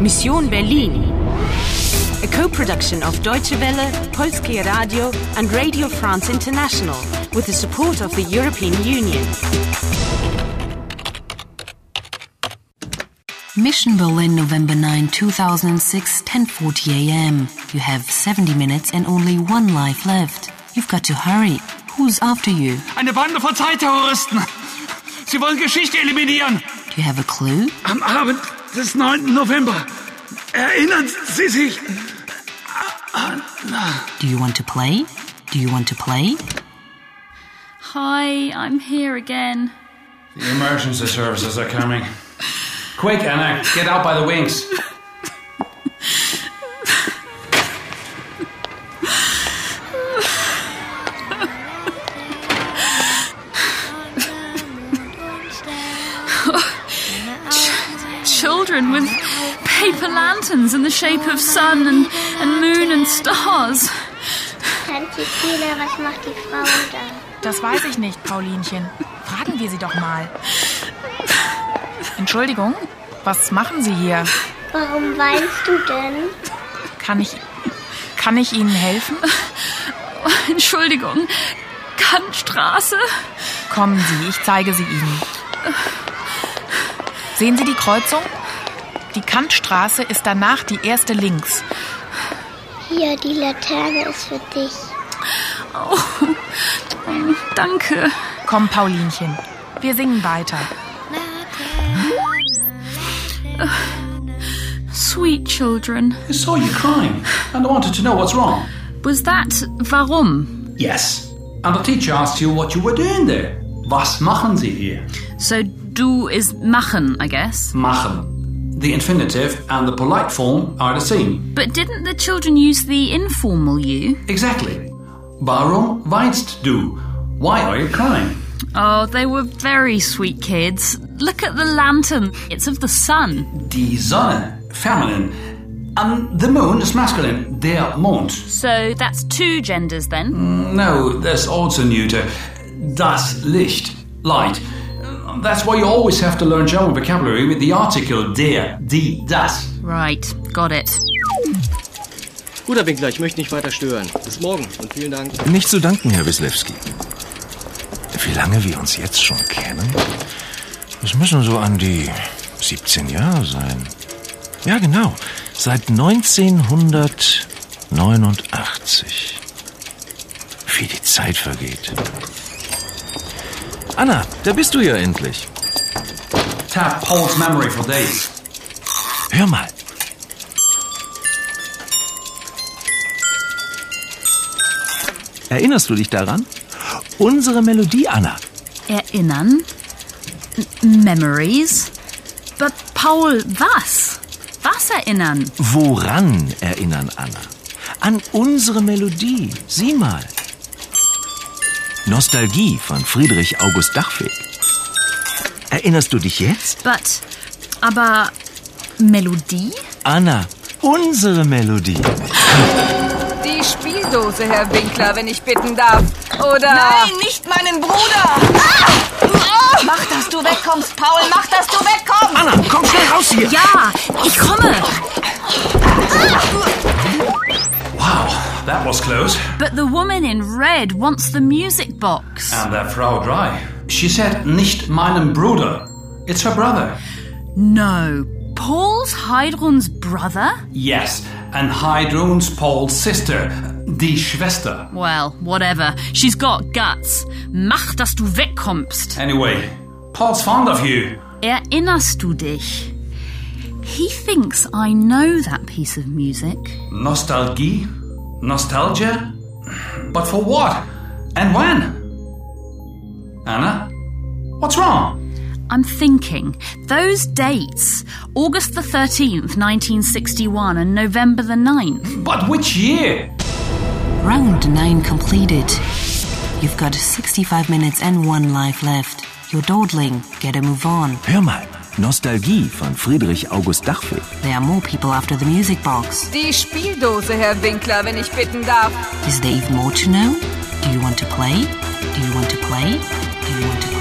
Mission Berlin. A co-production of Deutsche Welle, Polskie Radio and Radio France International with the support of the European Union. Mission Berlin, November 9, 2006, 10:40 a.m. You have 70 minutes and only one life left. You've got to hurry. Who's after you? Eine Bande von Zeitterroristen. Sie wollen Geschichte eliminieren. Do you have a clue? Am Abend des 9. November. Erinnern Sie sich? Do you want to play? Do you want to play? Hi, I'm here again. The emergency services are coming. Quick, Anna, get out by the wings. Children with paper lanterns in the shape of sun and, and moon and stars. Tante Tina, was macht die Frau da? Das weiß ich nicht, Paulinchen. Fragen wir sie doch mal. Entschuldigung, was machen Sie hier? Warum weinst du denn? Kann ich, kann ich Ihnen helfen? Entschuldigung, Kantstraße? Kommen Sie, ich zeige sie Ihnen. Sehen Sie die Kreuzung? Die Kantstraße ist danach die erste links. Hier, die Laterne ist für dich. Oh, danke. Komm, Paulinchen, wir singen weiter. Sweet children. I saw you crying and I wanted to know what's wrong. Was that warum? Yes. And the teacher asked you what you were doing there. Was machen Sie hier? So du is machen, I guess. Machen. The infinitive and the polite form are the same. But didn't the children use the informal you? Exactly. Warum weinst du? Why are you crying? Oh, they were very sweet kids. Look at the lantern. It's of the sun. Die Sonne, feminine. And the moon is masculine. Der Mond. So that's two genders then. No, there's also neuter. Das Licht, light. That's why you always have to learn German vocabulary with the article der, die, das. Right, got it. Guter Winkler, ich möchte nicht weiter stören. Bis morgen und vielen Dank. Nicht zu danken, Herr Wislewski. Wie lange wir uns jetzt schon kennen? Es müssen so an die 17 Jahre sein. Ja, genau. Seit 1989. Wie die Zeit vergeht. Anna, da bist du ja endlich. Tap Paul's memory for days. Hör mal. Erinnerst du dich daran? Unsere Melodie, Anna. Erinnern. M memories. But Paul, was? Was erinnern? Woran erinnern, Anna? An unsere Melodie. Sieh mal. Nostalgie von Friedrich August Dachweg. Erinnerst du dich jetzt? But, aber Melodie? Anna, unsere Melodie. Die Spieldose, Herr Winkler, wenn ich bitten darf. Oder. Nein, nicht meinen Bruder! Mach, dass du wegkommst, Paul, mach, dass du wegkommst! Anna, komm schnell raus hier. Ja, ich komme. Wow, that was close. But the woman in red wants the music box. And that Frau Dry. She said, nicht meinem Bruder. It's her brother. No, Paul's Heidrun's brother? Yes, and Heidrun's Paul's sister, die Schwester. Well, whatever. She's got guts. Mach, dass du wegkommst. Anyway, Paul's fond of you. Erinnerst du dich? He thinks I know that piece of music. Nostalgie? Nostalgia? But for what? And when? Anna? What's wrong? I'm thinking. Those dates August the 13th, 1961, and November the 9th. But which year? Round 9 completed. You've got 65 minutes and one life left. You're dawdling. Get a move on. Hör mal. Nostalgie von Friedrich August Dachweg. There are more people after the music box. Die Spieldose, Herr Winkler, wenn ich bitten darf. Is there even more to know? Do you want to play? Do you want to play? Do you want to play?